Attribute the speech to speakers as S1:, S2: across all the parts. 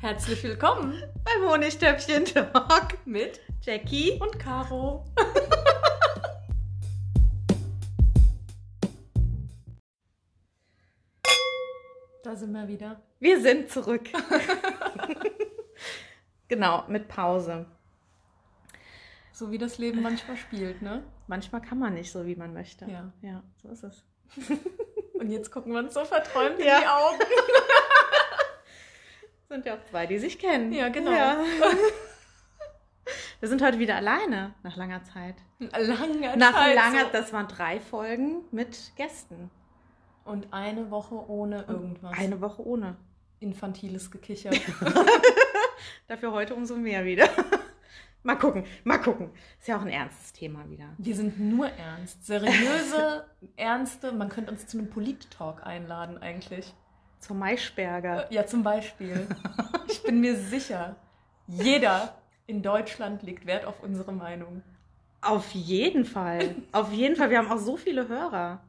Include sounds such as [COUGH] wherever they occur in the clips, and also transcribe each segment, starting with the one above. S1: Herzlich willkommen
S2: beim Honigtöpfchen Talk
S1: mit
S2: Jackie.
S1: und Caro. Da sind wir wieder.
S2: Wir
S1: [LAUGHS]
S2: sind zurück. genau, mit Pause.
S1: So wie das Leben manchmal spielt, ne?
S2: Manchmal kann man nicht so, wie man möchte.
S1: Ja.
S2: ja so ist es.
S1: Und jetzt gucken wir uns so verträumt in
S2: Ja.
S1: die Augen.
S2: Sind ja auch zwei, die sich kennen.
S1: Ja, genau. [LAUGHS]
S2: Wir sind heute wieder alleine, nach langer Zeit.
S1: Langer
S2: Nach
S1: Zeit
S2: langer,
S1: so.
S2: das waren drei Folgen mit Gästen.
S1: Und eine Woche ohne irgendwas.
S2: Eine Woche ohne.
S1: Infantiles Gekicher.
S2: Dafür heute umso mehr wieder. [LAUGHS] mal gucken, mal gucken. Ist ja auch ein ernstes Thema wieder.
S1: Wir sind nur ernst.
S2: [LAUGHS]
S1: Seriöse, ernste. Man könnte uns zu einem Polit-Talk einladen eigentlich.
S2: Zur Maischberger.
S1: Ja, zum Beispiel. Ich bin mir sicher, jeder in Deutschland legt Wert auf unsere Meinung.
S2: Auf jeden Fall. Auf jeden Fall. Wir haben auch so viele Hörer.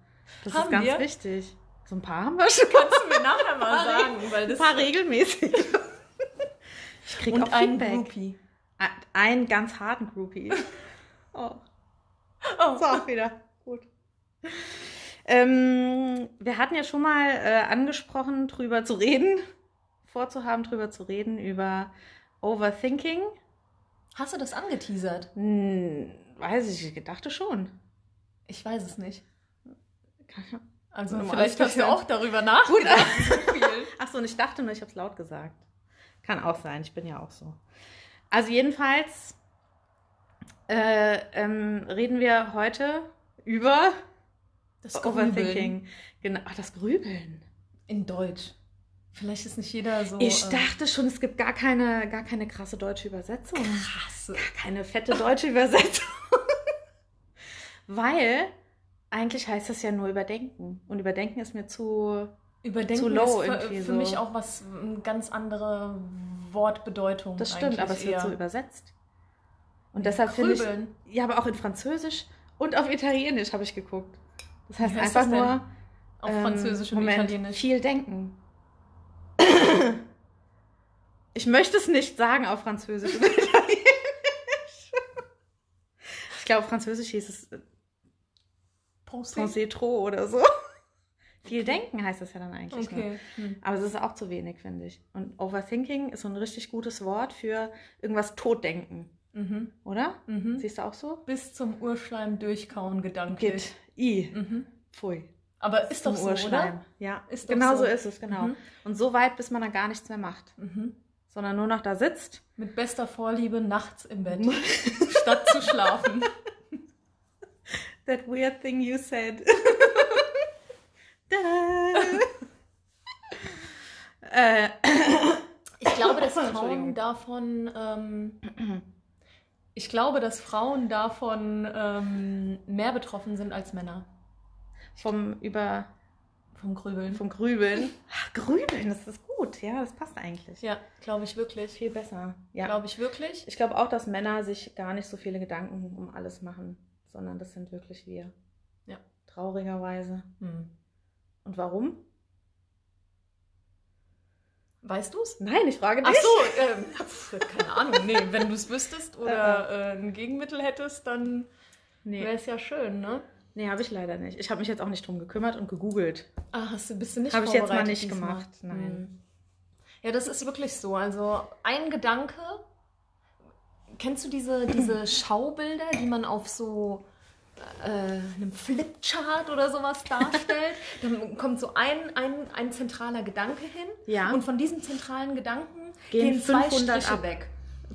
S2: Das
S1: Haben
S2: ist ganz
S1: wir?
S2: wichtig. So ein paar haben wir schon.
S1: Kannst du mir nachher mal
S2: Paar
S1: sagen, weil
S2: Ein
S1: das
S2: paar regelmäßig. Ich krieg
S1: und
S2: auch
S1: ein
S2: Feedback.
S1: Groupie.
S2: Ah, Einen ganz harten Groupie. Oh,
S1: Oh,
S2: das war auch wieder gut. Ähm, wir hatten ja schon mal äh, angesprochen, drüber zu reden, vorzuhaben, drüber zu reden, über Overthinking.
S1: Hast du das angeteasert?
S2: Hm, weiß ich, ich dachte schon. [LAUGHS]
S1: Ich weiß es nicht. Also
S2: Nur mal
S1: vielleicht hast du
S2: ausprobieren.
S1: auch darüber nachgedacht. so viel.
S2: Achso, und ich dachte nur, ich habe es laut gesagt. Kann auch sein, ich bin ja auch so. Also jedenfalls äh, ähm, reden wir heute über
S1: Das Grübeln
S2: Overthinking. Genau, ach, das Grübeln.
S1: in Deutsch. Vielleicht ist nicht jeder so.
S2: ich
S1: äh,
S2: dachte schon, es gibt gar keine, gar keine krasse deutsche Übersetzung.
S1: krass.
S2: Gar [LAUGHS] keine fette deutsche Übersetzung. [LAUGHS] Weil eigentlich heißt das ja nur überdenken. Und überdenken ist mir zu
S1: Überdenken
S2: Zu low
S1: ist für,
S2: irgendwie
S1: für
S2: so.
S1: mich auch was eine ganz andere Wortbedeutung.
S2: Das stimmt,
S1: eigentlich
S2: aber es wird
S1: eher.
S2: so übersetzt. Und deshalb finde ich.
S1: Grübeln.
S2: Ja, aber auch in Französisch und auf Italienisch habe ich geguckt. Das heißt
S1: Wie heißt das
S2: einfach
S1: denn?
S2: nur.
S1: auf
S2: ähm,
S1: Französisch und
S2: Moment,
S1: Italienisch.
S2: Viel denken. [COUGHS] Ich möchte es nicht sagen auf
S1: [LAUGHS]
S2: Französisch und Italienisch. Ich glaube, auf Französisch hieß es äh,
S1: Pensée.
S2: Pensez trop oder so. Viel denken heißt das ja dann eigentlich. Nur.
S1: Okay. Hm.
S2: Aber es ist auch zu wenig, finde ich. Und Overthinking ist so ein richtig gutes Wort für irgendwas totdenken,
S1: Mhm.
S2: oder?
S1: Mhm.
S2: Siehst du auch so?
S1: Bis zum Urschleim durchkauen gedanklich.
S2: I.
S1: Mhm.
S2: Pfui.
S1: Aber ist doch
S2: Zum
S1: so, oder?
S2: Ja,
S1: Ist doch
S2: genau
S1: so.
S2: so. ist es, genau.
S1: Mhm.
S2: Und so weit, bis man dann gar nichts mehr macht,
S1: Mhm.
S2: sondern nur noch da sitzt.
S1: Mit bester Vorliebe nachts im Bett, statt zu schlafen.
S2: [LAUGHS] That weird thing you said. [LAUGHS] Da. äh, [CLEARS THROAT]
S1: Ich glaube,
S2: [LAUGHS]
S1: dass Frauen
S2: Entschuldigung.
S1: davon, ähm, ich glaube, dass Frauen davon ähm, mehr betroffen sind als Männer
S2: vom über
S1: vom Grübeln.
S2: vom Grübeln. Ach, Grübeln, das ist gut. Ja, das passt eigentlich.
S1: ja, glaube ich wirklich.
S2: Viel besser. Ja.
S1: Glaube ich wirklich.
S2: ich glaube auch, dass Männer sich gar nicht so viele Gedanken um alles machen, sondern das sind wirklich wir.
S1: Ja.
S2: Traurigerweise.
S1: Hm.
S2: Und warum?
S1: Weißt du es?
S2: Nein, ich frage dich.
S1: Ach so, ähm, pf, keine Ahnung. Nee, wenn du es wüsstest
S2: [LAUGHS]
S1: oder äh, ein Gegenmittel hättest, dann
S2: Nee.
S1: wäre es ja schön, ne?
S2: Nee, habe ich leider nicht. Ich habe mich jetzt auch nicht drum gekümmert und gegoogelt.
S1: Ah, hast du, bist du nicht
S2: Habe ich jetzt mal
S1: vorbereitet
S2: nicht
S1: diesmal? Hm.
S2: gemacht. Nein.
S1: Ja, das ist wirklich so. Also ein Gedanke. Kennst du diese,
S2: [CLEARS THROAT]
S1: diese Schaubilder, die man auf so äh, einem Flipchart oder sowas
S2: [LAUGHS]
S1: darstellt? Dann kommt so ein, ein, ein zentraler Gedanke hin.
S2: Ja.
S1: Und von diesem zentralen Gedanken
S2: Gehen
S1: gehen, zwei
S2: 500
S1: Striche
S2: ab.
S1: weg.
S2: Hm.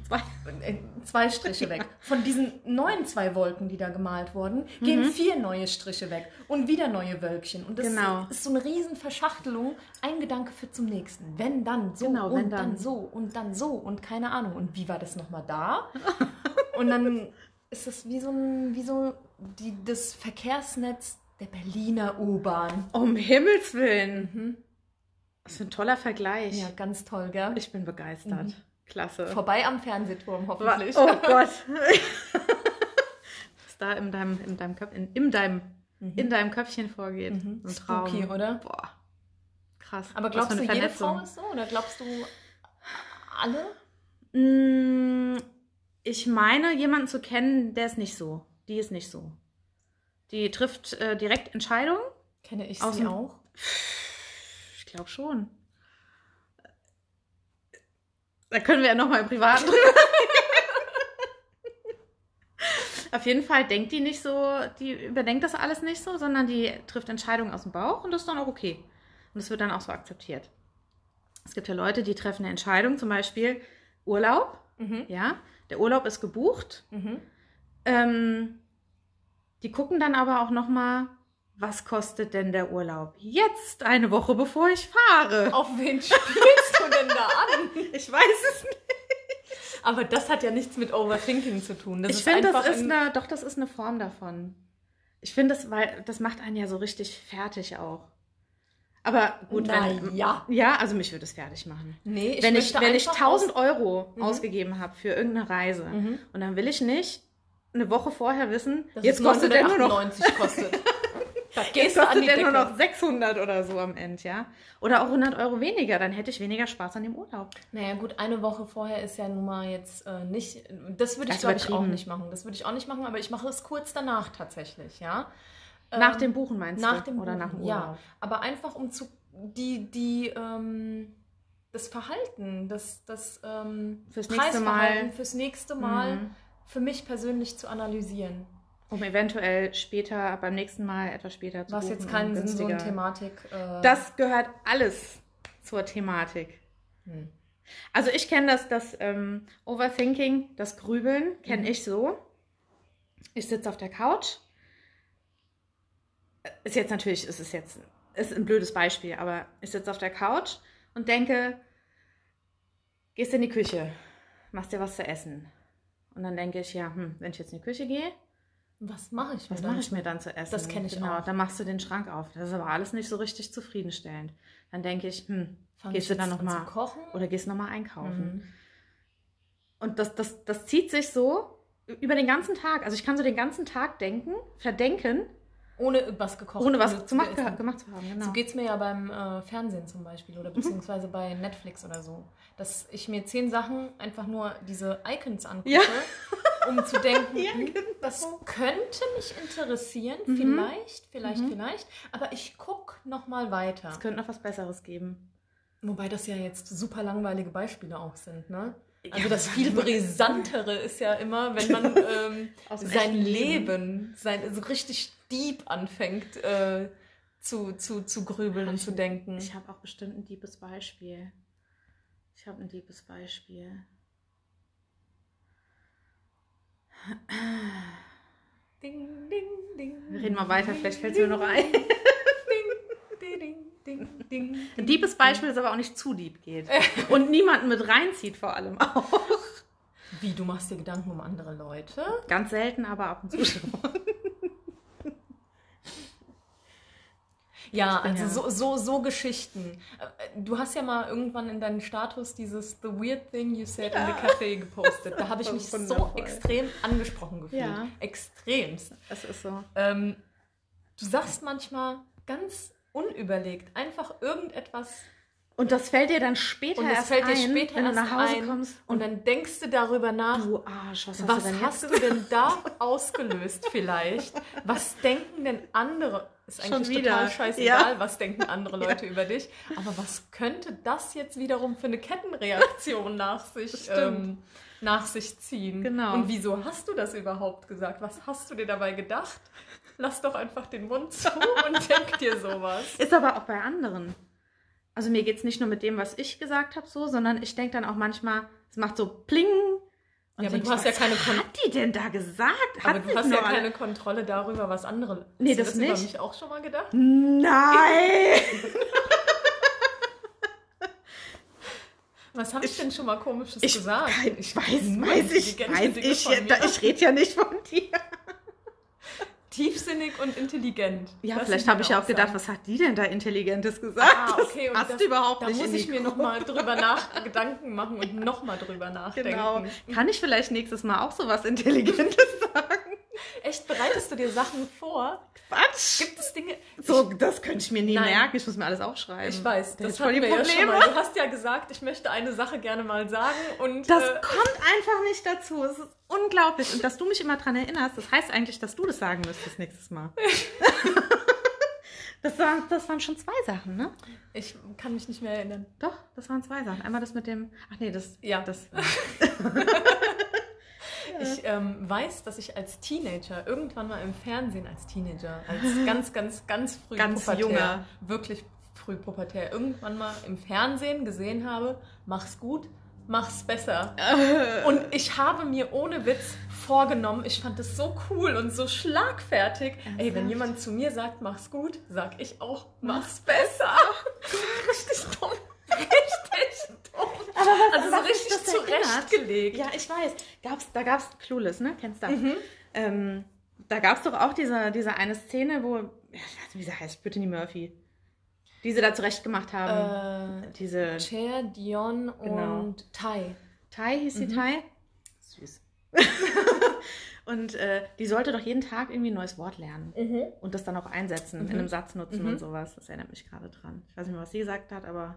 S2: Zwei.
S1: Äh, zwei Striche weg. Von diesen neuen zwei Wolken, die da gemalt wurden, gehen
S2: Mhm.
S1: vier neue Striche weg und wieder neue Wölkchen. Und das
S2: Genau.
S1: ist so eine riesen Verschachtelung. Ein Gedanke führt zum nächsten. Wenn dann so
S2: Genau,
S1: und
S2: wenn
S1: dann.
S2: dann.
S1: so und dann so und keine Ahnung. Und wie war das nochmal da?
S2: [LAUGHS]
S1: und dann ist das wie so ein, wie so die, das Verkehrsnetz der Berliner U-Bahn.
S2: Um Himmels Willen.
S1: Mhm.
S2: Das ist ein toller Vergleich.
S1: Ja, ganz toll, gell?
S2: Ich bin begeistert.
S1: Mhm.
S2: Klasse.
S1: Vorbei am Fernsehturm,
S2: Wa-
S1: hoffentlich.
S2: oh Gott.
S1: [LAUGHS]
S2: Was da in deinem, in deinem, Köp in, in deinem,
S1: Mhm.
S2: in deinem Köpfchen vorgeht.
S1: Mhm.
S2: Ein Traum.
S1: Spooky, oder?
S2: Boah. Krass.
S1: Aber
S2: Was
S1: glaubst
S2: für
S1: du,
S2: eine
S1: jede
S2: Vernetzung.
S1: Frau ist so? Oder glaubst du, alle?
S2: Mm, Ich meine, jemanden zu kennen, der ist nicht so. Die ist nicht so. Die trifft äh, direkt Entscheidungen.
S1: Kenne ich
S2: Aus
S1: sie
S2: dem-
S1: auch?
S2: Ich glaube schon. Da können wir ja nochmal im Privaten drüber. Auf jeden Fall denkt die nicht so, die überdenkt das alles nicht so, sondern die trifft Entscheidungen aus dem Bauch und das ist dann auch okay. Und das wird dann auch so akzeptiert. Es gibt ja Leute, die treffen eine Entscheidung, zum Beispiel Urlaub.
S1: Mhm.
S2: Ja, der Urlaub ist gebucht.
S1: Mhm.
S2: Ähm, die gucken dann aber auch noch mal, was kostet denn der Urlaub? Jetzt, eine Woche bevor ich fahre.
S1: Auf wen [LAUGHS] spielst du denn da an?
S2: Ich weiß es nicht.
S1: Aber das hat ja nichts mit Overthinking zu tun. Das
S2: ich
S1: ist
S2: finde,
S1: einfach
S2: das ist ne-
S1: ein,
S2: eine, doch, das ist eine Form davon. Ich finde das, weil das macht einen ja so richtig fertig auch. Aber gut, wenn,
S1: Naja.
S2: ja, also mich würde es fertig machen.
S1: Nee, ich
S2: wenn ich,
S1: möchte
S2: wenn ich
S1: einfach
S2: 1000 Euro
S1: Mhm.
S2: ausgegeben habe für irgendeine Reise
S1: Mhm.
S2: und dann will ich nicht eine Woche vorher wissen,
S1: Dass
S2: jetzt
S1: es
S2: kostet der nur noch
S1: 990
S2: [LAUGHS]
S1: kostet. Da
S2: Jetzt
S1: gehst du an
S2: kostet
S1: die
S2: der nur
S1: Decke.
S2: noch 600 oder so am Ende, ja? Oder auch 100 Euro weniger, dann hätte ich weniger Spaß an dem Urlaub.
S1: Naja, gut, eine Woche vorher ist ja nun mal jetzt äh, nicht. Das würde ich,
S2: Das ist
S1: glaube ich, auch
S2: übertrieben.
S1: nicht machen. Das würde ich auch nicht machen, aber ich mache es kurz danach tatsächlich, ja.
S2: nach
S1: Ähm,
S2: dem Buchen meinst
S1: nach
S2: du?
S1: dem
S2: oder nach dem
S1: Buchen, ja.
S2: Urlaub?
S1: Aber einfach um zu. Die, die, ähm, das Verhalten, das, das ähm,
S2: Fürs nächste
S1: Preisverhalten
S2: Mal.
S1: fürs nächste Mal
S2: Mhm.
S1: für mich persönlich zu analysieren.
S2: Um eventuell später, beim nächsten Mal etwas später zu
S1: Was
S2: buchen
S1: jetzt
S2: und
S1: keinen Sinn, so eine
S2: günstiger.
S1: Thematik. Äh,
S2: Das gehört alles zur Thematik.
S1: Hm.
S2: Also ich kenne das, das ähm, Overthinking, das Grübeln, kenne
S1: Mhm.
S2: ich so. Ich sitze auf der Couch. Äh, Ist jetzt natürlich, ist es jetzt, ist ein blödes Beispiel, aber ich sitze auf der Couch und denke, gehst in die Küche, machst dir was zu essen. Und dann denke ich, ja, hm, wenn ich jetzt in die Küche gehe,
S1: Was mache ich mir
S2: was
S1: dann?
S2: mache ich mir dann zu essen?
S1: Das kenn ich
S2: genau,
S1: auch.
S2: Dann machst du den Schrank auf. Das ist aber alles nicht so richtig zufriedenstellend. Dann denke ich, hm,
S1: Fange
S2: gehst
S1: ich
S2: du dann
S1: jetzt an
S2: nochmal
S1: zu kochen? Hm.
S2: oder gehst nochmal einkaufen?
S1: Mhm.
S2: Und das, das, das zieht sich so über den ganzen Tag. Also ich kann so den ganzen Tag denken, verdenken,
S1: Ohne was gekocht.
S2: ohne was zu mach,
S1: essen.
S2: gemacht zu haben. Genau. Mhm.
S1: So geht es mir ja beim äh, Fernsehen zum Beispiel oder beziehungsweise bei Netflix oder so. Dass ich mir zehn Sachen einfach nur diese Icons angucke,
S2: Ja.
S1: um zu denken,
S2: [LAUGHS] [LAUGHS] Ja,
S1: hm,
S2: genau.
S1: das könnte mich interessieren,
S2: Mhm.
S1: vielleicht, vielleicht,
S2: Mhm.
S1: vielleicht. Aber ich gucke nochmal weiter.
S2: es könnte noch was Besseres geben.
S1: Wobei das ja jetzt super langweilige Beispiele auch sind, ne? Also
S2: Ja,
S1: das
S2: das
S1: viel
S2: war-
S1: brisantere ist ja immer, wenn man ähm,
S2: [LAUGHS] Aus dem
S1: sein
S2: echten Leben.
S1: Leben, sein, so richtig deep anfängt äh, zu, zu, zu grübeln und
S2: Ich-
S1: zu denken.
S2: Ich habe auch bestimmt ein liebes Beispiel. Ich habe ein liebes Beispiel.
S1: Ding, ding, ding.
S2: Wir reden mal weiter,
S1: ding,
S2: vielleicht fällt es mir noch ein.
S1: Ding, ding, ding, ding,
S2: Ein
S1: ding.
S2: liebes Beispiel, das aber auch nicht zu lieb [LAUGHS] geht. Und niemanden mit reinzieht vor allem auch.
S1: Wie, du machst dir Gedanken um andere Leute?
S2: Ganz selten, aber ab und zu schon.
S1: Ja, also
S2: Ja.
S1: So, so, so Geschichten. Äh, Du hast ja mal irgendwann in deinen Status dieses The Weird Thing You Said in the Café gepostet. Da
S2: [LAUGHS]
S1: habe ich
S2: Das
S1: mich
S2: ist
S1: so
S2: wundervoll.
S1: extrem angesprochen gefühlt.
S2: Ja.
S1: Extremst.
S2: Das ist so.
S1: Ähm, du sagst manchmal ganz unüberlegt einfach irgendetwas
S2: Und das fällt dir dann später
S1: und es
S2: erst
S1: fällt dir
S2: ein,
S1: später
S2: wenn du
S1: erst
S2: nach Hause
S1: ein
S2: kommst
S1: und dann denkst du darüber nach,
S2: du Arsch, was hast
S1: Was
S2: du denn
S1: hast
S2: jetzt?
S1: du denn da ausgelöst vielleicht? Was denken denn andere? Ist
S2: Schon
S1: eigentlich
S2: wieder.
S1: total scheißegal,
S2: Ja.
S1: was denken andere Leute über dich. Aber was könnte das jetzt wiederum für eine Kettenreaktion nach sich,
S2: [LAUGHS] Stimmt.
S1: ähm, nach sich ziehen?
S2: Genau.
S1: Und wieso hast du das überhaupt gesagt? Was hast du dir dabei gedacht? Lass doch einfach den Mund zu und denk dir sowas.
S2: Ist aber auch bei anderen. Also mir geht es nicht nur mit dem, was ich gesagt habe, so, sondern ich denke dann auch manchmal, es macht so Pling. [LAUGHS] Und
S1: Ja, aber
S2: denk
S1: du
S2: ich,
S1: hast ja
S2: was
S1: keine Kon-
S2: hat die denn da gesagt? Hat
S1: Aber
S2: sie
S1: du hast
S2: nur
S1: ja
S2: alle-
S1: keine Kontrolle darüber, was andere.
S2: Nee,
S1: Hast du
S2: das
S1: über
S2: nicht.
S1: mich auch schon mal gedacht?
S2: Nein!
S1: Was habe ich, denn schon mal komisches
S2: [LAUGHS] Ich,
S1: gesagt?
S2: kein, ich weiß,
S1: Nur
S2: weiß ich,
S1: intelligente
S2: weiß
S1: Dinge
S2: ich.
S1: von
S2: jetzt-
S1: mir.
S2: Ich rede ja nicht von dir.
S1: Tiefsinnig und intelligent.
S2: Ja,
S1: Das
S2: vielleicht
S1: sind
S2: habe ich ja auch
S1: meine
S2: gedacht,
S1: Aussagen.
S2: was hat die denn da Intelligentes gesagt?
S1: [LAUGHS] Ah, okay. Und
S2: das passt
S1: das,
S2: überhaupt
S1: da
S2: nicht.
S1: Da
S2: in
S1: muss ich
S2: die
S1: mir
S2: Gruppe.
S1: nochmal drüber nach Gedanken machen
S2: [LAUGHS]
S1: und nochmal drüber nachdenken. [LAUGHS]
S2: Genau. Kann ich vielleicht nächstes Mal auch so was Intelligentes sagen?
S1: Echt, bereitest du dir Sachen vor?
S2: Quatsch!
S1: Gibt es Dinge?
S2: So, das könnte ich mir nie
S1: Nein.
S2: merken. Ich muss mir alles aufschreiben.
S1: Ich weiß,
S2: Da
S1: das
S2: hätte ich voll die
S1: hatten wir ja schon
S2: Probleme.
S1: mal. Du hast ja gesagt, ich möchte eine Sache gerne mal sagen und
S2: Das
S1: äh,
S2: kommt einfach nicht dazu. Es ist unglaublich. Und dass du mich immer dran erinnerst, das heißt eigentlich, dass du das sagen müsstest
S1: [LAUGHS]
S2: nächstes Mal. das, waren, das waren schon zwei Sachen, ne?
S1: ich kann mich nicht mehr erinnern.
S2: Doch, das waren zwei Sachen. Einmal das mit dem. Ach nee, das.
S1: Ja.
S2: Das,
S1: Ich ähm, weiß, dass ich als Teenager irgendwann mal im Fernsehen als Teenager, als ganz, ganz, ganz früh
S2: Ganz
S1: pubertär,
S2: junger.
S1: wirklich früh pubertär, irgendwann mal im Fernsehen gesehen habe, mach's gut, mach's
S2: [LAUGHS]
S1: besser. Und ich habe mir ohne Witz vorgenommen, ich fand das so cool und so schlagfertig. Ey, wenn
S2: Ernsthaft?
S1: jemand zu mir sagt, mach's gut, sag ich auch, mach's besser. [LAUGHS] richtig dumm. Richtig dumm.
S2: aber was,
S1: Also so
S2: was mich
S1: richtig
S2: das erinnert?
S1: zurechtgelegt. Mhm.
S2: Ja, ich weiß. Gab's, da gab's Clueless, ne? Kennst du [LAUGHS] das? Ähm, da gab's doch auch diese, diese eine Szene, wo. Ich weiß nicht, wie sie heißt. Brittany Murphy. Die sie da zurechtgemacht haben.
S1: Äh,
S2: diese.
S1: Cher, Dion und
S2: Genau.
S1: Tai.
S2: Thai hieß
S1: mhm.
S2: die Thai. Süß. [LAUGHS] und äh, die sollte doch jeden Tag irgendwie ein neues Wort lernen und das dann auch einsetzen, in einem Satz nutzen
S1: Mhm.
S2: und sowas. Das erinnert mich gerade dran. Ich weiß nicht mehr, was sie gesagt hat, aber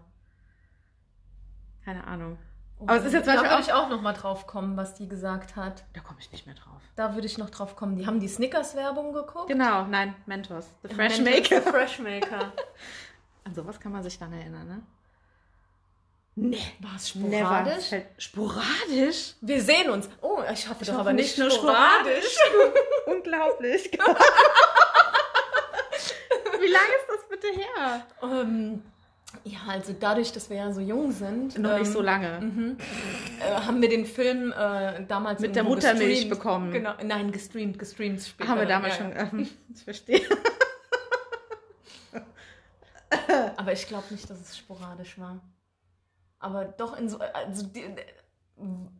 S2: keine Ahnung. Aber es ist jetzt zum
S1: da
S2: Beispiel
S1: würde
S2: auch.
S1: ich auch noch mal drauf kommen, was die gesagt hat.
S2: Da komme ich nicht mehr drauf.
S1: Da würde ich noch drauf kommen. Die haben die Snickers-Werbung geguckt.
S2: Genau, nein, Mentos. The Fresh
S1: Äh, Mentos [LAUGHS]
S2: Maker. [LAUGHS]
S1: Freshmaker.
S2: An sowas kann man sich dann erinnern, ne? Nee.
S1: War es
S2: Never.
S1: sporadisch?
S2: Fällt- Sporadisch?
S1: Wir sehen uns. Oh, ich hoffe doch
S2: hoffe
S1: aber nicht
S2: nicht nur
S1: sporadisch.
S2: [LAUGHS] Unglaublich. Wie lange ist das bitte her?
S1: ähm, ja, also dadurch, dass wir ja so jung sind,
S2: Noch
S1: ähm,
S2: nicht so lange.
S1: äh, haben wir den Film äh, damals
S2: Mit
S1: irgendwo
S2: der Muttermilch
S1: gestreamt.
S2: bekommen.
S1: Genau, nein, gestreamt, gestreamt später.
S2: Haben wir damals
S1: Ja,
S2: schon. ähm,
S1: [LAUGHS]
S2: ich verstehe.
S1: ja. Aber ich glaube nicht, dass es sporadisch war. Aber doch in so, also die,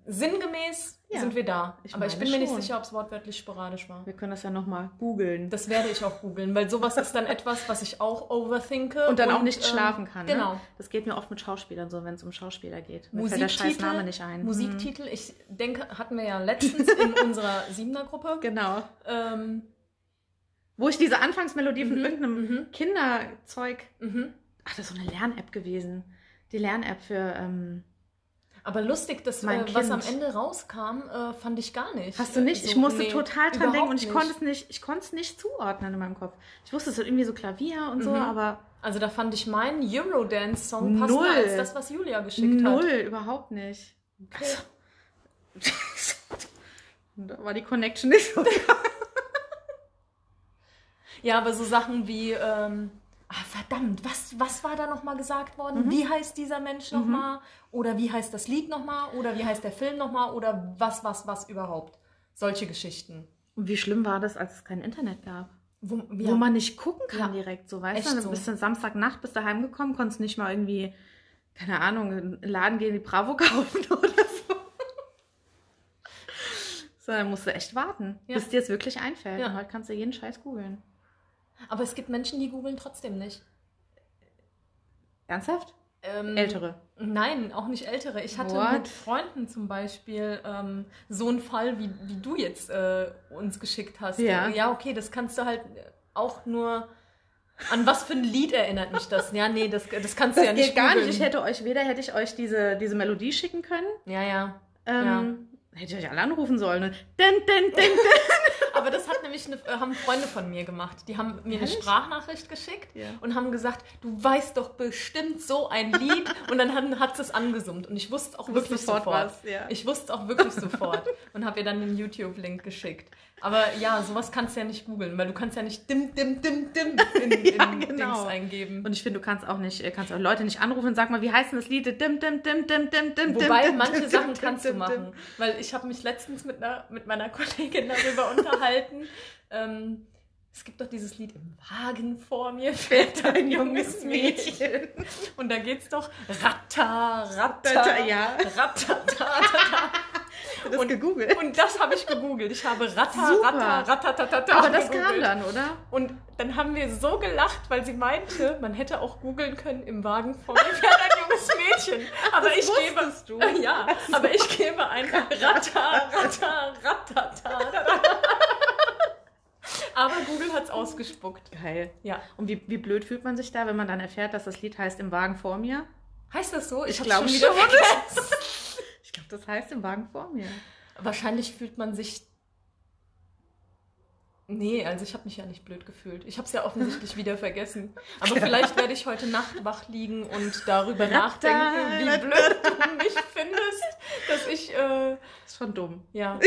S1: sinngemäß
S2: Ja.
S1: sind wir da.
S2: Ich
S1: Aber ich
S2: meine
S1: bin mir nicht
S2: schon.
S1: sicher, ob es wortwörtlich sporadisch war.
S2: Wir können das ja nochmal googeln.
S1: Das werde ich auch googeln, weil sowas ist dann etwas, was ich auch overthinke.
S2: Und dann auch nicht
S1: ähm,
S2: schlafen kann.
S1: Genau.
S2: Ne? Das geht mir oft mit Schauspielern so, wenn es um Schauspieler geht. Mir fällt der scheiß
S1: Musiktitel,
S2: Name nicht ein.
S1: Musiktitel, ich denke, hatten
S2: [LAUGHS]
S1: wir ja letztens in unserer Siebener-Gruppe.
S2: Mhm. Genau.
S1: Ähm,
S2: Wo ich diese Anfangsmelodie von irgendeinem
S1: mhm.
S2: Kinderzeug.
S1: mhm.
S2: Ach, das ist so eine Lern-App gewesen. Die Lern-App für. Ähm,
S1: Aber lustig, das,
S2: Mein
S1: äh, was am
S2: Kind.
S1: Ende rauskam, äh, fand ich gar nicht. Äh,
S2: hast du nicht?
S1: So,
S2: ich musste
S1: nee,
S2: total dran
S1: überhaupt
S2: denken und ich
S1: nicht.
S2: konnte es nicht. Ich konnte es nicht zuordnen in meinem Kopf. Ich wusste es ist irgendwie so Klavier und so,
S1: Mhm.
S2: aber
S1: Also da fand ich meinen Eurodance-Song passender
S2: Null.
S1: als das, was Julia geschickt
S2: Null,
S1: hat.
S2: überhaupt nicht. Also, [LAUGHS] da war die Connection nicht so.
S1: Ja, aber so Sachen wie, ähm, ah, verdammt, was, was war da nochmal gesagt
S2: Mhm.
S1: worden? Wie heißt dieser Mensch nochmal? Oder wie heißt das Lied nochmal? Oder wie heißt der Film nochmal? Oder was, was, was überhaupt? Solche Geschichten.
S2: Und wie schlimm war das, als es kein Internet gab?
S1: Wo,
S2: Wo man nicht gucken kann
S1: Ja.
S2: direkt, so weißt
S1: Echt
S2: du?
S1: so.
S2: Dann bist du Samstagnacht, bist du heimgekommen, konntest nicht mal irgendwie, keine Ahnung, in den Laden gehen, die Bravo [LAUGHS] kaufen oder so. Sondern musst du echt warten,
S1: Ja.
S2: bis dir es wirklich einfällt.
S1: Ja.
S2: Und heute kannst du jeden Scheiß googeln.
S1: aber es gibt Menschen, die googeln trotzdem nicht.
S2: Ernsthaft?
S1: Ähm,
S2: Ältere.
S1: Nein, auch nicht ältere. Ich hatte
S2: What?
S1: mit Freunden zum Beispiel ähm, so einen Fall, wie, wie du jetzt äh, uns geschickt hast.
S2: Ja.
S1: ja, okay, das kannst du halt auch nur. An was für ein Lied erinnert mich das? Ja, nee, das, das kannst
S2: Das
S1: du ja
S2: geht
S1: nicht
S2: gar nicht.
S1: googeln.
S2: Ich hätte euch, weder hätte ich euch diese, diese Melodie schicken können,
S1: Ja, ja.
S2: Ähm, Hätte ich euch alle anrufen sollen. ne? Und Denn, denn, denn,
S1: Aber das hat nämlich eine, äh, haben Freunde von mir gemacht. Die haben mir eine
S2: Ehrlich?
S1: Sprachnachricht geschickt
S2: Ja.
S1: und haben gesagt, du weißt doch bestimmt so ein Lied. und dann hat, hat sie es angesummt. Und ich wusste auch
S2: Du
S1: wirklich
S2: wusstest
S1: sofort.
S2: sofort was, ja.
S1: Ich wusste auch wirklich sofort. Und habe ihr dann den YouTube-Link geschickt. Aber ja, sowas kannst du ja nicht googeln, weil du kannst ja nicht dim, dim, dim, dim in, in
S2: [LAUGHS] Ja, genau.
S1: Dings eingeben.
S2: Und ich finde, du kannst auch nicht, äh, kannst auch Leute nicht anrufen und sagen mal, wie heißt denn das Lied? Dim, dim, dim, dim, dim, dim,
S1: Wobei,
S2: dim,
S1: manche
S2: dim,
S1: Sachen
S2: dim,
S1: kannst
S2: dim,
S1: du
S2: dim,
S1: machen. Weil ich habe mich letztens mit, einer, mit meiner Kollegin
S2: [LAUGHS]
S1: darüber unterhalten. Ähm, es gibt doch dieses Lied im Wagen vor mir fährt
S2: [LAUGHS]
S1: ein junges [LAUGHS] Mädchen. Und da geht's doch ratta, ratta,
S2: Ratta, ja.
S1: ratta, ratta.
S2: Das
S1: Und-
S2: gegoogelt.
S1: Und das habe ich gegoogelt. Ich habe ratta,
S2: Super.
S1: ratta, ratta, ratta,
S2: Aber das kam dann, oder?
S1: Und dann haben wir so gelacht, weil sie meinte, man hätte auch googeln können, im Wagen vor mir [LAUGHS] fährt ein junges Mädchen. Aber ich gebe,
S2: wusstest du?
S1: [LAUGHS] ja,
S2: [LAUGHS]
S1: aber ich gebe ein Ratta, Ratta, Ratta, [LAUGHS] Aber Google hat es ausgespuckt.
S2: Geil.
S1: Ja.
S2: Und wie, wie blöd fühlt man sich da, wenn man dann erfährt, dass das Lied heißt Im Wagen vor mir?
S1: Heißt das so?
S2: Ich
S1: hab's
S2: glaub
S1: wieder
S2: schon.
S1: vergessen.
S2: Ich glaube, das heißt Im Wagen vor mir.
S1: Wahrscheinlich fühlt man sich. Nee, also ich habe mich ja nicht blöd gefühlt. Ich habe es ja
S2: [LAUGHS]
S1: offensichtlich wieder vergessen. Aber
S2: Genau.
S1: vielleicht werde ich heute Nacht wach liegen und darüber nachdenken, wie blöd du mich findest, dass ich äh,
S2: Ist schon dumm. [LAUGHS]
S1: ja.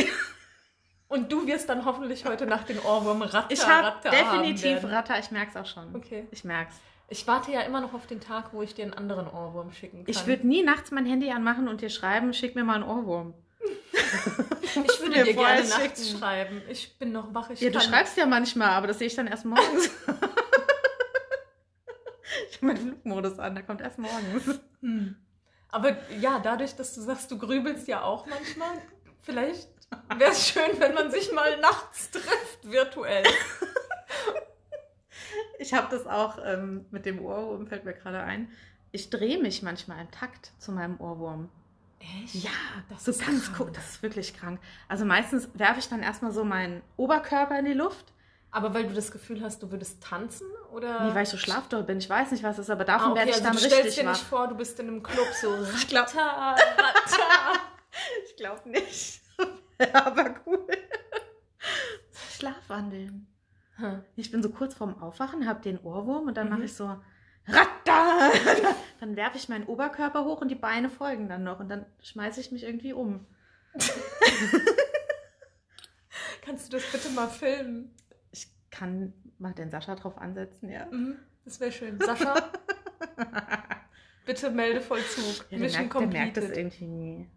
S1: Und du wirst dann hoffentlich heute Nacht den Ohrwurm Ratter
S2: Ich habe
S1: Ratter
S2: definitiv
S1: haben werden.
S2: Ratter, ich merk's auch schon.
S1: Okay.
S2: Ich merk's.
S1: Ich warte ja immer noch auf den Tag, wo ich dir einen anderen Ohrwurm schicken kann.
S2: Ich würde nie nachts mein Handy anmachen und dir schreiben, schick mir mal einen Ohrwurm.
S1: ich
S2: [LAUGHS] mir
S1: würde dir
S2: vorher
S1: gerne nachts
S2: schicken.
S1: schreiben. Ich bin noch wach. Ich
S2: ja, du
S1: kann
S2: schreibst ja manchmal, aber das sehe ich dann erst morgens. [LAUGHS] ich habe meinen Flugmodus an, da kommt erst morgens.
S1: Hm. Aber ja, dadurch, dass du sagst, du grübelst ja auch manchmal, vielleicht wäre es schön, wenn man sich mal nachts trifft, virtuell.
S2: Ich habe das auch ähm, mit dem Ohrwurm, fällt mir gerade ein. Ich drehe mich manchmal im Takt zu meinem Ohrwurm.
S1: Echt?
S2: Ja,
S1: Das
S2: das so
S1: ist
S2: ist ganz
S1: krank.
S2: cool. Das ist wirklich krank. Also meistens werfe ich dann erstmal so meinen Oberkörper in die Luft.
S1: Aber weil du das Gefühl hast, du würdest tanzen? Oder?
S2: Nee, weil ich so schlafdoll bin. Ich weiß nicht, was ist, aber davon
S1: ah, okay,
S2: werde ich
S1: also
S2: dann
S1: du stellst
S2: richtig
S1: dir
S2: wach.
S1: nicht vor, du bist in einem Club so
S2: [LAUGHS] Ich glaub-
S1: ratter, ratter. [LAUGHS]
S2: Ich glaube nicht. aber cool. Schlafwandeln.
S1: Hm.
S2: Ich bin so kurz vorm Aufwachen, habe den Ohrwurm und dann
S1: Mhm.
S2: mache ich so Ratta! [LAUGHS] Dann werfe ich meinen Oberkörper hoch und die Beine folgen dann noch und dann schmeiße ich mich irgendwie um.
S1: Kannst du das bitte mal filmen?
S2: Ich kann mal den Sascha drauf ansetzen, ja.
S1: Mhm, Das wäre schön.
S2: [LAUGHS]
S1: Sascha, bitte melde Vollzug.
S2: Ja, der,
S1: Mission
S2: merkt, der merkt das
S1: completed.
S2: irgendwie nie.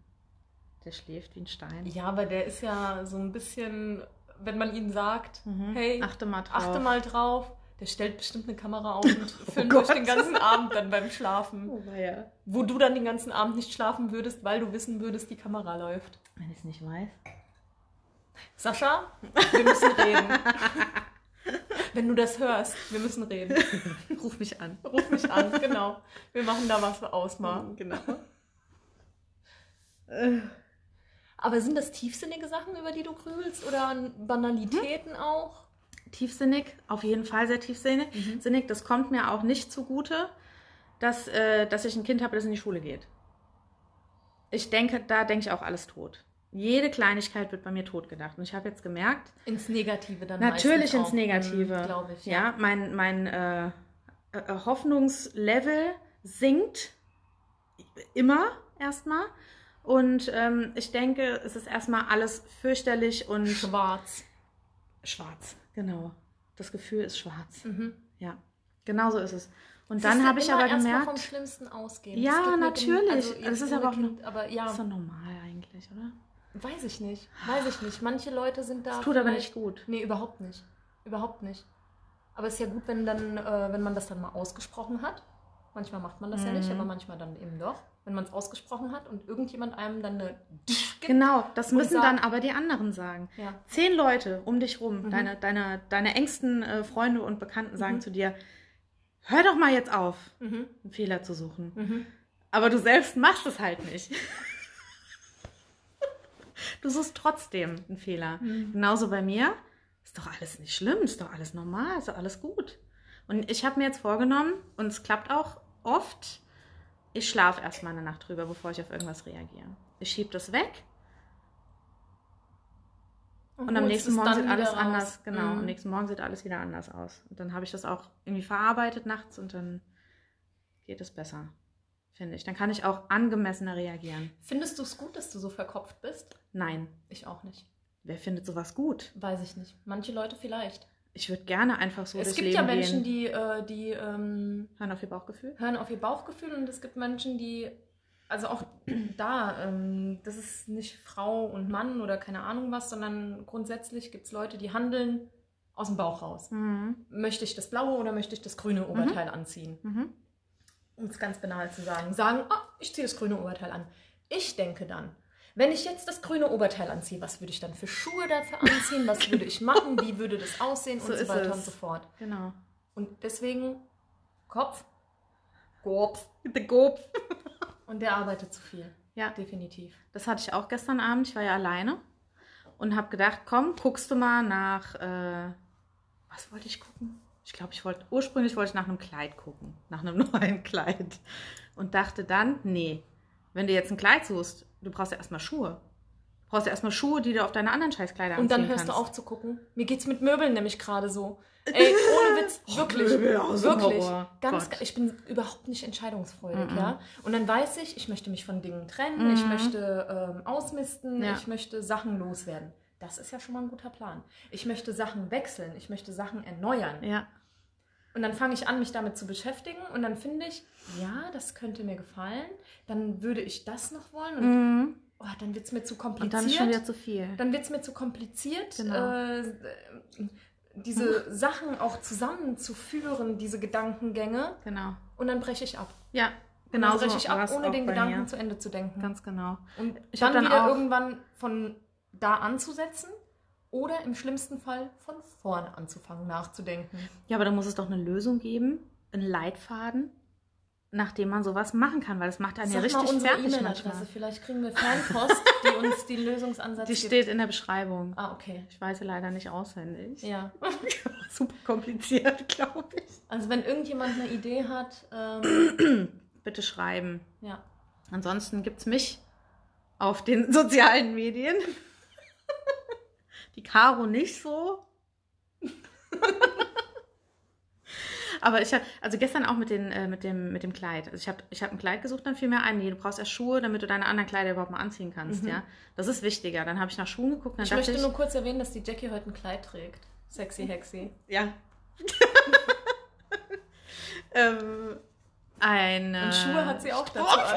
S2: Der schläft wie ein Stein.
S1: Ja, aber der ist ja so ein bisschen, wenn man ihm sagt,
S2: Mhm.
S1: hey,
S2: achte mal drauf.
S1: achte mal drauf, der stellt bestimmt eine Kamera auf
S2: [LAUGHS]
S1: und filmt
S2: Oh Gott.
S1: euch den ganzen Abend dann beim Schlafen.
S2: Oh, weia.
S1: Wo du dann den ganzen Abend nicht schlafen würdest, weil du wissen würdest, die Kamera läuft.
S2: Wenn ich es nicht weiß.
S1: Sascha, wir müssen
S2: [LAUGHS]
S1: reden. Wenn du das hörst, wir müssen reden.
S2: Ruf mich an.
S1: Ruf mich an, genau. Wir machen da was aus, mal.
S2: Genau.
S1: [LAUGHS] Aber sind das tiefsinnige Sachen, über die du grübelst? Oder
S2: Mhm.
S1: Banalitäten auch?
S2: tiefsinnig, auf jeden Fall sehr tiefsinnig. Sinnig, das kommt mir auch nicht zugute, dass, äh, dass ich ein Kind habe, das in die Schule geht. Ich denke, da denke ich auch alles tot. Jede Kleinigkeit wird bei mir tot gedacht. Und ich habe jetzt gemerkt,
S1: Ins Negative dann
S2: Natürlich
S1: meistens
S2: ins
S1: auch,
S2: Negative.
S1: Glaube ich.
S2: Ja, mein, mein äh, äh, Hoffnungslevel sinkt immer erstmal. Und ähm, ich denke, es ist erstmal alles fürchterlich und
S1: Schwarz.
S2: schwarz. Genau. Das Gefühl ist schwarz.
S1: Mhm.
S2: Ja, genau so ist es. Und
S1: Siehst
S2: dann
S1: du,
S2: habe ich
S1: immer
S2: aber
S1: erst mal vom
S2: gemerkt,
S1: Schlimmsten ausgehen.
S2: Ja,
S1: Das geht mit dem-
S2: natürlich.
S1: jetzt
S2: Das ist
S1: ohne
S2: aber auch
S1: Kind, aber ja,
S2: ist doch normal eigentlich, oder?
S1: weiß ich nicht. Weiß ich nicht. Manche Leute sind da.
S2: Das tut aber
S1: vielleicht-
S2: nicht gut.
S1: Nee, überhaupt nicht. Überhaupt nicht. Aber es ist ja gut, wenn, dann, äh, wenn man das dann mal ausgesprochen hat. Manchmal macht man das ja
S2: Mhm.
S1: nicht, aber manchmal dann eben doch. Wenn man es ausgesprochen hat und irgendjemand einem dann
S2: [LAUGHS]
S1: eine.
S2: Genau, das
S1: Und
S2: müssen
S1: sag-
S2: dann aber die anderen sagen.
S1: Ja.
S2: Zehn Leute um dich rum,
S1: Mhm.
S2: deine, deine, deine engsten äh, Freunde und Bekannten sagen
S1: Mhm.
S2: zu dir, hör doch mal jetzt auf,
S1: Mhm.
S2: einen Fehler zu suchen.
S1: Mhm.
S2: Aber du selbst machst es halt nicht. [LAUGHS] du suchst trotzdem einen Fehler.
S1: Mhm.
S2: Genauso bei mir. Ist doch alles nicht schlimm, ist doch alles normal, ist doch alles gut. Und ich habe mir jetzt vorgenommen, und es klappt auch oft, ich schlafe erstmal eine Nacht drüber, bevor ich auf irgendwas reagiere. Ich schiebe das weg und am
S1: holst
S2: nächsten
S1: Oh, es
S2: Morgen
S1: dann
S2: sieht alles
S1: wieder raus.
S2: anders, genau.
S1: Mhm.
S2: Am nächsten Morgen sieht alles wieder anders aus. Und dann habe ich das auch irgendwie verarbeitet nachts und dann geht es besser, finde ich. Dann kann ich auch angemessener reagieren.
S1: Findest du es gut, dass du so verkopft bist?
S2: Nein,
S1: Ich auch nicht.
S2: wer findet sowas gut?
S1: Weiß ich nicht. Manche Leute vielleicht.
S2: Ich würde gerne einfach so
S1: es
S2: durchs
S1: gibt
S2: Leben
S1: ja Menschen,
S2: gehen.
S1: die, äh, die ähm,
S2: Hören auf ihr Bauchgefühl?
S1: hören auf ihr Bauchgefühl und es gibt Menschen, die, also auch [CLEARS THROAT] da, ähm, das ist nicht Frau und Mann oder keine Ahnung was, sondern grundsätzlich gibt es Leute, die handeln aus dem Bauch raus.
S2: Mhm.
S1: Möchte ich das blaue oder möchte ich das grüne Oberteil anziehen?
S2: Mhm.
S1: um es ganz banal zu sagen, sagen, ah, ich ziehe das grüne Oberteil an. Ich denke dann, wenn ich jetzt das grüne Oberteil anziehe, was würde ich dann für Schuhe dafür anziehen? Was würde ich machen? Wie würde das aussehen?
S2: So
S1: und so
S2: ist
S1: weiter
S2: es.
S1: und so fort.
S2: Genau.
S1: Und deswegen Kopf, Kopf.
S2: The Gob.
S1: Und der arbeitet zu viel,
S2: Ja,
S1: definitiv.
S2: das hatte ich auch gestern Abend. Ich war ja alleine und habe gedacht, komm, guckst du mal nach äh, Was wollte ich gucken? Ich glaube, ich wollte, ursprünglich wollte ich nach einem Kleid gucken, nach einem [LAUGHS] neuen Kleid. Und dachte dann, nee, wenn du jetzt ein Kleid suchst, du brauchst ja erstmal Schuhe. Du brauchst ja erstmal Schuhe, die du auf deine anderen Scheißkleider
S1: Und dann
S2: anziehen
S1: hörst du
S2: kannst.
S1: auf zu gucken. Mir geht's mit Möbeln nämlich gerade
S2: [LAUGHS]
S1: so. Ey, ohne Witz, wirklich.
S2: Oh, Möbel, auch so ein
S1: wirklich.
S2: Horror.
S1: Ganz,
S2: Gott. Mhm.
S1: ich bin überhaupt nicht entscheidungsfreudig, ja. Und dann weiß ich, ich möchte mich von Dingen trennen, ich möchte ähm, ausmisten,
S2: Ja.
S1: ich möchte Sachen loswerden. Das ist ja schon mal ein guter Plan. Ich möchte Sachen wechseln, ich möchte Sachen erneuern.
S2: Ja.
S1: Und dann fange ich an, mich damit zu beschäftigen und dann finde ich, ja, das könnte mir gefallen, dann würde ich das noch wollen und
S2: Mhm.
S1: oh, dann wird es mir zu
S2: Und
S1: kompliziert.
S2: dann ist schon wieder zu viel.
S1: dann wird es mir zu kompliziert,
S2: Genau.
S1: äh,
S2: [LAUGHS]
S1: diese Sachen auch zusammenzuführen, diese Gedankengänge,
S2: Genau.
S1: und dann breche ich ab.
S2: Ja,
S1: Und
S2: genau
S1: dann breche ich ab,
S2: war's
S1: ohne
S2: auch
S1: den
S2: bei
S1: Gedanken
S2: mir.
S1: zu Ende zu denken.
S2: Ganz genau.
S1: und
S2: ich hab
S1: dann,
S2: dann
S1: wieder
S2: auch-
S1: irgendwann von da anzusetzen oder im schlimmsten Fall von vorne anzufangen nachzudenken.
S2: Ja, aber da muss es doch eine Lösung geben, einen Leitfaden, nach dem man sowas machen kann, weil das macht einen ja
S1: Sag mal
S2: richtig
S1: unsere
S2: fertig
S1: E-Mail-Adresse,
S2: manchmal.
S1: vielleicht kriegen wir Fernpost, die uns
S2: [LAUGHS]
S1: den Lösungsansatz
S2: Die
S1: gibt.
S2: steht in der Beschreibung.
S1: Ah, okay.
S2: Ich weiß sie leider nicht auswendig.
S1: Ja.
S2: [LAUGHS] Super kompliziert, [LAUGHS] glaube ich.
S1: Also wenn irgendjemand eine Idee hat, ähm,
S2: Bitte schreiben.
S1: ja.
S2: Ansonsten gibt es mich auf den [LAUGHS] sozialen Medien. Die Caro nicht so. [LAUGHS] Aber ich habe, also gestern auch mit, den, äh, mit, dem, mit dem Kleid. Also ich habe ich hab ein Kleid gesucht, dann fiel mir ein, nee, du brauchst erst Schuhe, damit du deine anderen Kleider überhaupt mal anziehen kannst,
S1: Mhm.
S2: ja. Das ist wichtiger. Dann habe ich nach Schuhen geguckt, dann
S1: Ich
S2: dachte
S1: möchte
S2: ich,
S1: nur kurz erwähnen, dass die Jackie heute ein Kleid trägt. Sexy Hexy.
S2: ja. [LAUGHS] ähm, eine...
S1: Und Schuhe hat sie auch dazu
S2: Oh,
S1: an.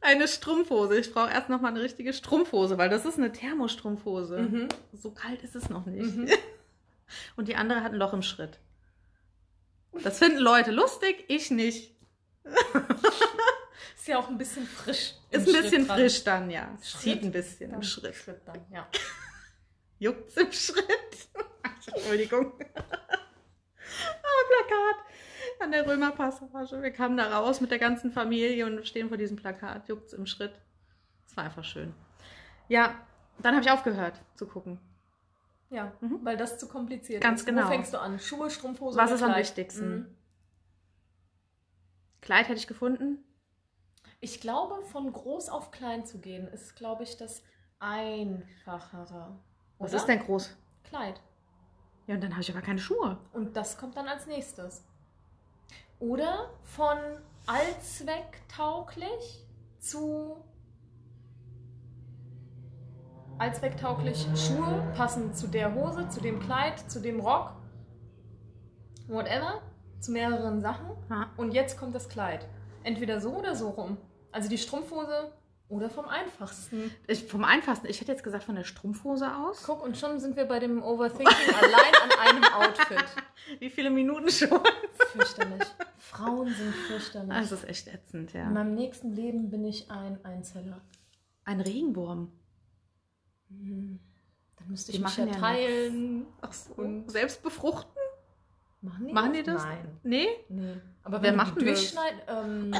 S2: Eine Strumpfhose. Ich brauche erst noch mal eine richtige Strumpfhose, weil das ist eine Thermostrumpfhose.
S1: Mhm.
S2: So kalt ist es noch nicht.
S1: Mhm.
S2: [LAUGHS] Und die andere hat ein Loch im Schritt. Das finden Leute lustig, ich nicht.
S1: Ist ja auch ein bisschen frisch. im
S2: Ist ein bisschen
S1: Schritt dran.
S2: frisch dann, ja. Es
S1: Schritt
S2: zieht ein bisschen
S1: Dann
S2: im Schritt.
S1: Schritt dann, ja.
S2: Juckt's im Schritt. [LAUGHS] Entschuldigung. [LAUGHS] Ah, Plakat an der Römerpassage. Wir kamen da raus mit der ganzen Familie und stehen vor diesem Plakat. Juckt's im Schritt. Es war einfach schön. Ja, dann habe ich aufgehört zu gucken.
S1: Ja,
S2: Mhm.
S1: weil das zu kompliziert
S2: Ganz
S1: ist.
S2: genau.
S1: Wo fängst du an? Schuhe, Strumpfhose
S2: Was
S1: oder
S2: ist am
S1: Kleid?
S2: wichtigsten?
S1: Mhm.
S2: Kleid hätte ich gefunden.
S1: Ich glaube, von groß auf klein zu gehen, ist, glaube ich, das Einfachere.
S2: Was
S1: oder?
S2: ist denn groß?
S1: Kleid.
S2: Ja, und dann habe ich aber keine Schuhe.
S1: Und das kommt dann als nächstes. Oder von allzwecktauglich zu allzwecktauglich Schuhe passen zu der Hose, zu dem Kleid, zu dem Rock, whatever, zu mehreren Sachen.
S2: Ha.
S1: Und jetzt kommt das Kleid. Entweder so oder so rum. Also die Strumpfhose oder vom einfachsten.
S2: Ich, vom einfachsten, ich hätte jetzt gesagt von der Strumpfhose aus.
S1: Guck, und schon sind wir bei dem Overthinking allein an einem Outfit.
S2: Wie viele Minuten schon?
S1: Fürchterlich. Frauen sind fürchterlich.
S2: [LAUGHS] Das ist echt ätzend, ja.
S1: In meinem nächsten Leben bin ich ein Einzeller.
S2: Ein Regenwurm.
S1: Hm. Dann müsste
S2: Die
S1: ich mich ja
S2: machen ja
S1: teilen.
S2: Ach so.
S1: Und-
S2: selbst befruchten?
S1: Machen die,
S2: Machen die das?
S1: Nein.
S2: Nee?
S1: Nee. Aber
S2: Wer
S1: wenn
S2: macht
S1: du die
S2: denn das?
S1: durchschneid, ähm,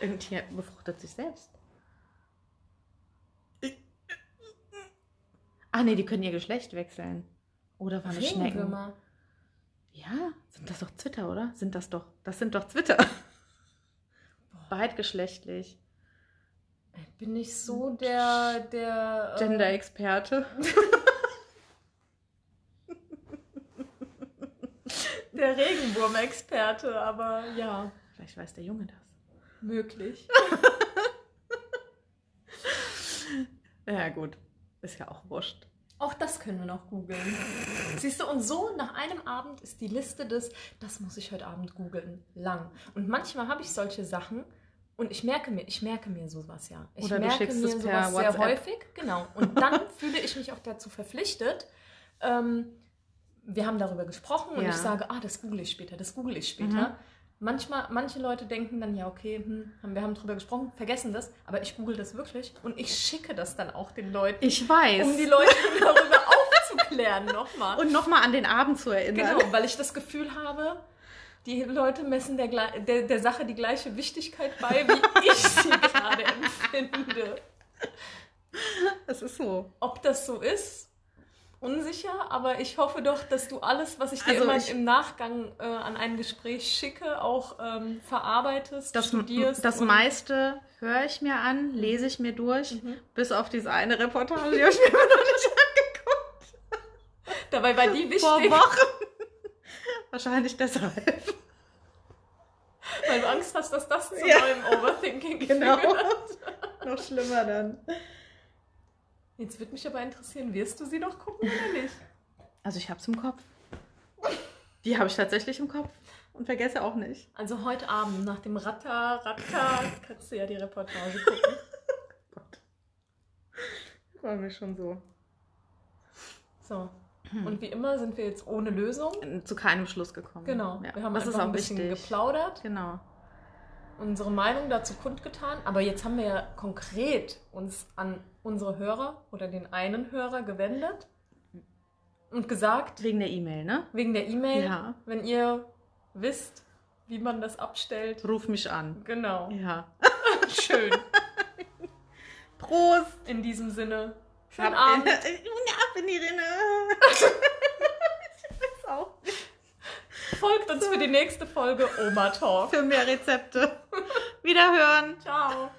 S2: Irgendein Tier befruchtet sich selbst. Ah nee, die können ihr Geschlecht wechseln. Oder waren das Schnecken?
S1: Regenwürmer.
S2: Ja, sind das doch Zwitter, oder? Sind das doch, das sind doch Zwitter. Beidgeschlechtlich.
S1: Äh, Bin ich so der, der äh,
S2: Gender-Experte.
S1: der Regenwurm-Experte, aber ja,
S2: Vielleicht weiß der Junge das.
S1: möglich.
S2: Ja gut, ist ja auch wurscht.
S1: Auch das können wir noch googeln. Siehst du, und so nach einem Abend ist die Liste des, das muss ich heute Abend googeln, lang. Und manchmal habe ich solche Sachen und ich merke mir, ich merke mir sowas ja. Ich
S2: Oder du
S1: merke
S2: schickst
S1: mir
S2: es per
S1: sowas sehr
S2: WhatsApp.
S1: häufig, genau. Und
S2: [LAUGHS]
S1: dann fühle ich mich auch dazu verpflichtet. Ähm, wir haben darüber gesprochen und
S2: Ja.
S1: ich sage, ah, das google ich später, das google ich später.
S2: Mhm.
S1: Manchmal, manche Leute denken dann, ja, okay, hm, haben- wir haben drüber gesprochen, vergessen das, aber ich google das wirklich und ich schicke das dann auch den Leuten
S2: Ich weiß.
S1: um die Leute darüber aufzuklären nochmal.
S2: Und nochmal an den Abend zu erinnern.
S1: Genau, weil ich das Gefühl habe, Die Leute messen der, gle- der, der Sache die gleiche Wichtigkeit bei, wie ich sie gerade empfinde.
S2: Es ist so.
S1: Ob das so ist, unsicher, aber ich hoffe doch, dass du alles, was ich dir
S2: Also
S1: immer
S2: ich-
S1: im Nachgang äh, an ein Gespräch schicke, auch ähm, verarbeitest,
S2: Das,
S1: studierst.
S2: das
S1: und-
S2: meiste höre ich mir an, lese ich mir durch,
S1: Mhm.
S2: bis auf diese eine Reportage, die habe ich mir immer noch nicht angeguckt.
S1: Dabei war die
S2: [LAUGHS] Vor
S1: wichtig,
S2: Wochen. Wahrscheinlich [LAUGHS] deshalb.
S1: weil du Angst hast, dass das zu
S2: Ja.
S1: neuem Overthinking führt.
S2: Genau. noch schlimmer dann.
S1: Jetzt würde mich aber interessieren, wirst du sie doch gucken oder nicht?
S2: Also ich habe es im Kopf. Die habe ich tatsächlich im Kopf. Und vergesse auch nicht.
S1: Also heute Abend nach dem Ratter,
S2: [LAUGHS]
S1: Ratter, kannst du ja die Reportage gucken.
S2: Gott. War mir schon so.
S1: So.
S2: Hm.
S1: Und wie immer sind wir jetzt ohne Lösung.
S2: Zu keinem Schluss gekommen.
S1: Genau.
S2: Ja.
S1: Wir haben
S2: das
S1: einfach
S2: ist auch
S1: ein bisschen
S2: wichtig.
S1: geplaudert,
S2: Genau.
S1: unsere Meinung dazu kundgetan. Aber jetzt haben wir ja konkret uns an unsere Hörer oder den einen Hörer gewendet und gesagt,
S2: Wegen der E-Mail, ne?
S1: wegen der E-Mail,
S2: Ja.
S1: wenn ihr wisst, wie man das abstellt.
S2: Ruf mich an.
S1: Genau.
S2: Ja.
S1: Schön.
S2: Prost!
S1: In diesem Sinne, schönen Abend.
S2: Ab in die Rinne! [LAUGHS] ich weiß auch.
S1: Folgt uns für die nächste Folge Oma Talk.
S2: Für mehr Rezepte. Wiederhören!
S1: Ciao.